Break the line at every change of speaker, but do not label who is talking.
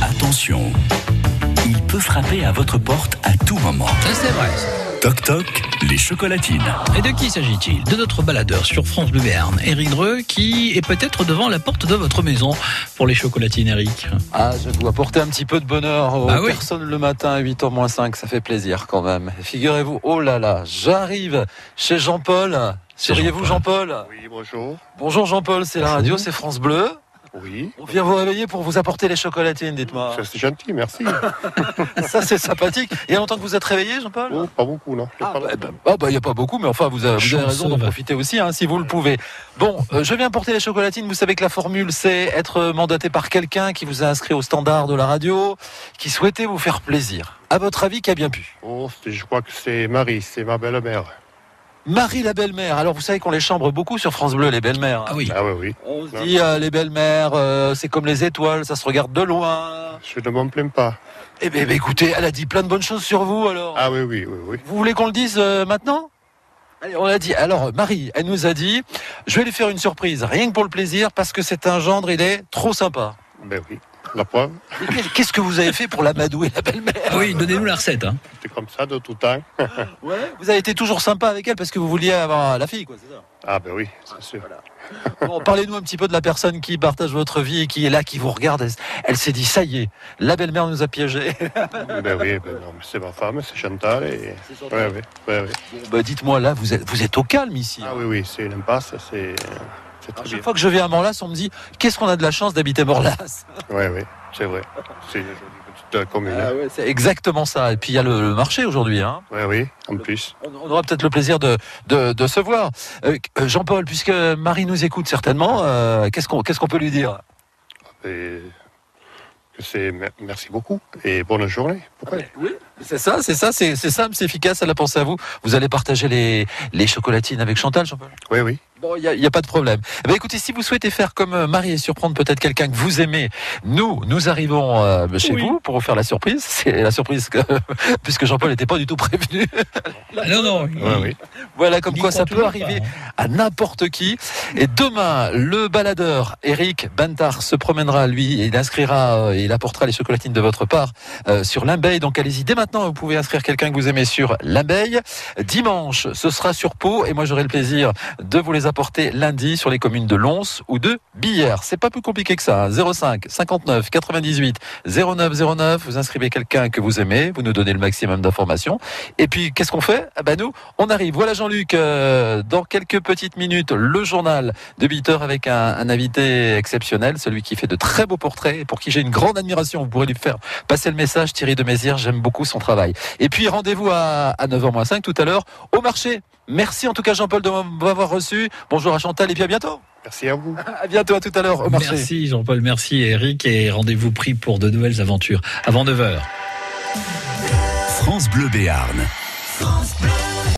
Attention, il peut frapper à votre porte à tout moment.
Ça, C'est vrai. ça.
Toc toc, les chocolatines.
Et de qui s'agit-il De notre baladeur sur France Bleu Béarn, Eric Dreux, qui est peut-être devant la porte de votre maison pour les chocolatines, Eric.
Ah, j'avoue, apporter un petit peu de bonheur aux
Bah oui.
personnes le matin à 8h moins 5, ça fait plaisir quand même. Figurez-vous, oh là là, j'arrive chez Jean-Paul. Seriez-vous Jean-Paul
Oui, bonjour.
Bonjour Jean-Paul, c'est la radio, c'est France Bleu.
Oui.
On vient vous réveiller pour vous apporter les chocolatines, dites-moi.
Ça, C'est gentil, merci.
Ça, c'est sympathique. Il y a longtemps que vous êtes réveillé, Jean-Paul
Oh, pas beaucoup, non. Je
Ah,
sais
bah,
pas.
bah, ah, bah, il n'y a pas beaucoup, mais enfin, vous avez, vous avez raison d'en
Chanceux.
profiter aussi, hein, si vous le pouvez. Bon, euh, je viens porter les chocolatines. Vous savez que la formule, c'est être mandaté par quelqu'un qui vous a inscrit au standard de la radio, qui souhaitait vous faire plaisir. À votre avis, qui a bien pu
Oh, c'est- je crois que c'est Marie, c'est ma belle-mère.
Marie la belle-mère. Alors, vous savez qu'on les chambre beaucoup sur France Bleu, les belles-mères. hein.
Ah oui.
Ah oui, oui.
On se dit, euh, les belles-mères, euh, c'est comme les étoiles, ça se regarde de loin.
Je ne m'en plains pas.
Eh bien, bah, écoutez, elle a dit plein de bonnes choses sur vous, alors.
Ah oui, oui, oui, oui.
Vous voulez qu'on le dise euh, maintenant Allez, on l'a dit. Alors, Marie, elle nous a dit Je vais lui faire une surprise, rien que pour le plaisir, parce que c'est un gendre, il est trop sympa.
Ben oui. La preuve,
Et qu'est- Qu'est-ce que vous avez fait pour l'amadouer, la belle-mère
Ah oui, donnez-nous la recette. hein.
c'était comme ça de tout temps.
Vous avez été toujours sympa avec elle parce que vous vouliez avoir la fille, quoi, c'est ça
Ah ben oui, c'est sûr.
Bon, Parlez-nous un petit peu de la personne qui partage votre vie et qui est là, qui vous regarde. Elle, elle s'est dit Ça y est, la belle-mère nous a piégés.
Ben oui, ben non, mais c'est ma femme, c'est Chantal. Et... Ouais, ouais, ouais, ouais.
Bah, Dites-moi, là, vous êtes, vous êtes au calme ici.
Ah oui, oui, c'est une impasse, c'est c'est
À
très
chaque
bien.
fois que je vais à Morlas, on me dit Qu'est-ce qu'on a de la chance d'habiter Morlas
Oui, oui, c'est vrai. C'est une jolie petite euh, commune.
Ah ouais, C'est exactement ça. Et puis il y a le, le marché aujourd'hui. Hein.
Oui, oui, en plus.
On, on aura peut-être le plaisir de, de, de se voir. Euh, euh, Jean-Paul, puisque Marie nous écoute certainement, euh, qu'est-ce qu'on qu'est-ce qu'on peut lui dire
Et... que c'est- Merci beaucoup et bonne journée. Pourquoi
Ah, C'est ça, c'est ça, c'est c'est simple, c'est efficace, elle a pensé à vous. Vous allez partager les, les chocolatines avec Chantal, Jean-Paul
Oui, oui.
Bon, il n'y a, y a pas de problème. Eh ben, écoutez, si vous souhaitez faire comme euh, Marie et surprendre peut-être quelqu'un que vous aimez, nous, nous arrivons euh, chez vous pour vous faire la surprise. C'est la surprise que, puisque Jean-Paul n'était pas du tout prévenu.
Ah Non, non. il-
Ouais, oui.
Voilà comme
il
quoi
y
ça
croit
peut
toujours
arriver.
pas, hein.
à n'importe qui. Et demain, le baladeur Eric Bantard se promènera, lui, et il inscrira euh, et il apportera les chocolatines de votre part euh, sur l'abeille. Donc allez-y dès maintenant, vous pouvez inscrire quelqu'un que vous aimez sur l'abeille. Dimanche, ce sera sur Pau, et moi j'aurai le plaisir de vous les apporter lundi sur les communes de Lons ou de Billère. C'est pas plus compliqué que ça. hein. 05 59 98 09 09. Vous inscrivez quelqu'un que vous aimez, vous nous donnez le maximum d'informations. Et puis qu'est-ce qu'on fait Ah ben nous, on arrive. Voilà Jean-Luc, euh, dans quelques petites minutes, le journal de 8 heures avec un, un invité exceptionnel, celui qui fait de très beaux portraits et pour qui j'ai une grande admiration. Vous pourrez lui faire passer le message, Thierry de Mézières, j'aime beaucoup son travail. Et puis rendez-vous à, 9h05 tout à l'heure au marché. Merci en tout cas Jean-Paul de m'avoir reçu. Bonjour à Chantal et puis à bientôt.
Merci à vous.
À bientôt, à tout à l'heure au marché.
Merci Jean-Paul, merci Eric et rendez-vous pris pour de nouvelles aventures avant 9h.
France Bleu Béarn.
France Bleu.